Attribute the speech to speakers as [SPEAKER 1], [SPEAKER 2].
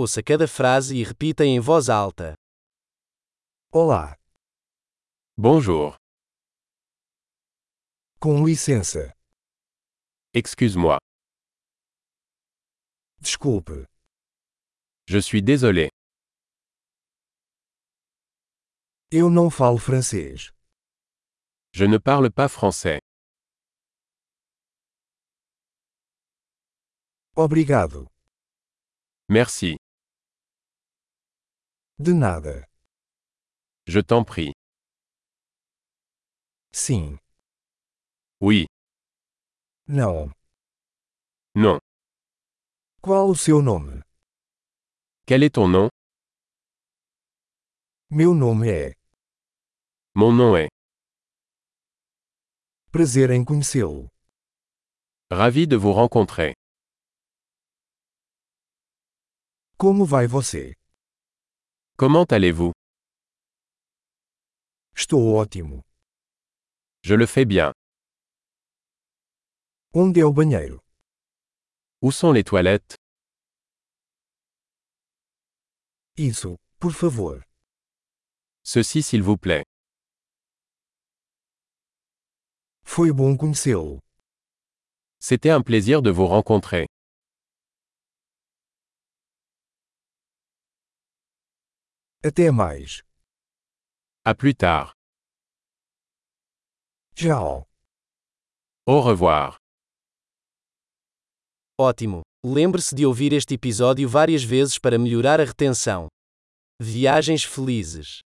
[SPEAKER 1] Ouça cada frase e repita em voz alta.
[SPEAKER 2] Olá,
[SPEAKER 3] Bonjour.
[SPEAKER 2] com licença.
[SPEAKER 3] Excuse-moi.
[SPEAKER 2] Desculpe,
[SPEAKER 3] Je suis désolé.
[SPEAKER 2] eu não falo francês.
[SPEAKER 3] Je ne parle pas français.
[SPEAKER 2] Obrigado.
[SPEAKER 3] Merci.
[SPEAKER 2] De nada.
[SPEAKER 3] Je t'en prie.
[SPEAKER 2] Sim.
[SPEAKER 3] Oui.
[SPEAKER 2] Não.
[SPEAKER 3] Non.
[SPEAKER 2] Qual o seu nome?
[SPEAKER 3] Quel est ton nom
[SPEAKER 2] Meu nome é.
[SPEAKER 3] Mon nom est.
[SPEAKER 2] Prazer em conhecê-lo.
[SPEAKER 3] Ravi de vous rencontrer.
[SPEAKER 2] Como vai você?
[SPEAKER 3] Comment allez-vous
[SPEAKER 2] Estou ótimo.
[SPEAKER 3] Je le fais bien.
[SPEAKER 2] Onde é o banheiro?
[SPEAKER 3] Où sont les toilettes
[SPEAKER 2] Isso, por favor.
[SPEAKER 3] Ceci s'il vous plaît.
[SPEAKER 2] Foi bom conhecê-lo.
[SPEAKER 3] C'était un plaisir de vous rencontrer.
[SPEAKER 2] Até mais.
[SPEAKER 3] À plus tard.
[SPEAKER 2] Tchau.
[SPEAKER 3] Au revoir.
[SPEAKER 1] Ótimo! Lembre-se de ouvir este episódio várias vezes para melhorar a retenção. Viagens felizes!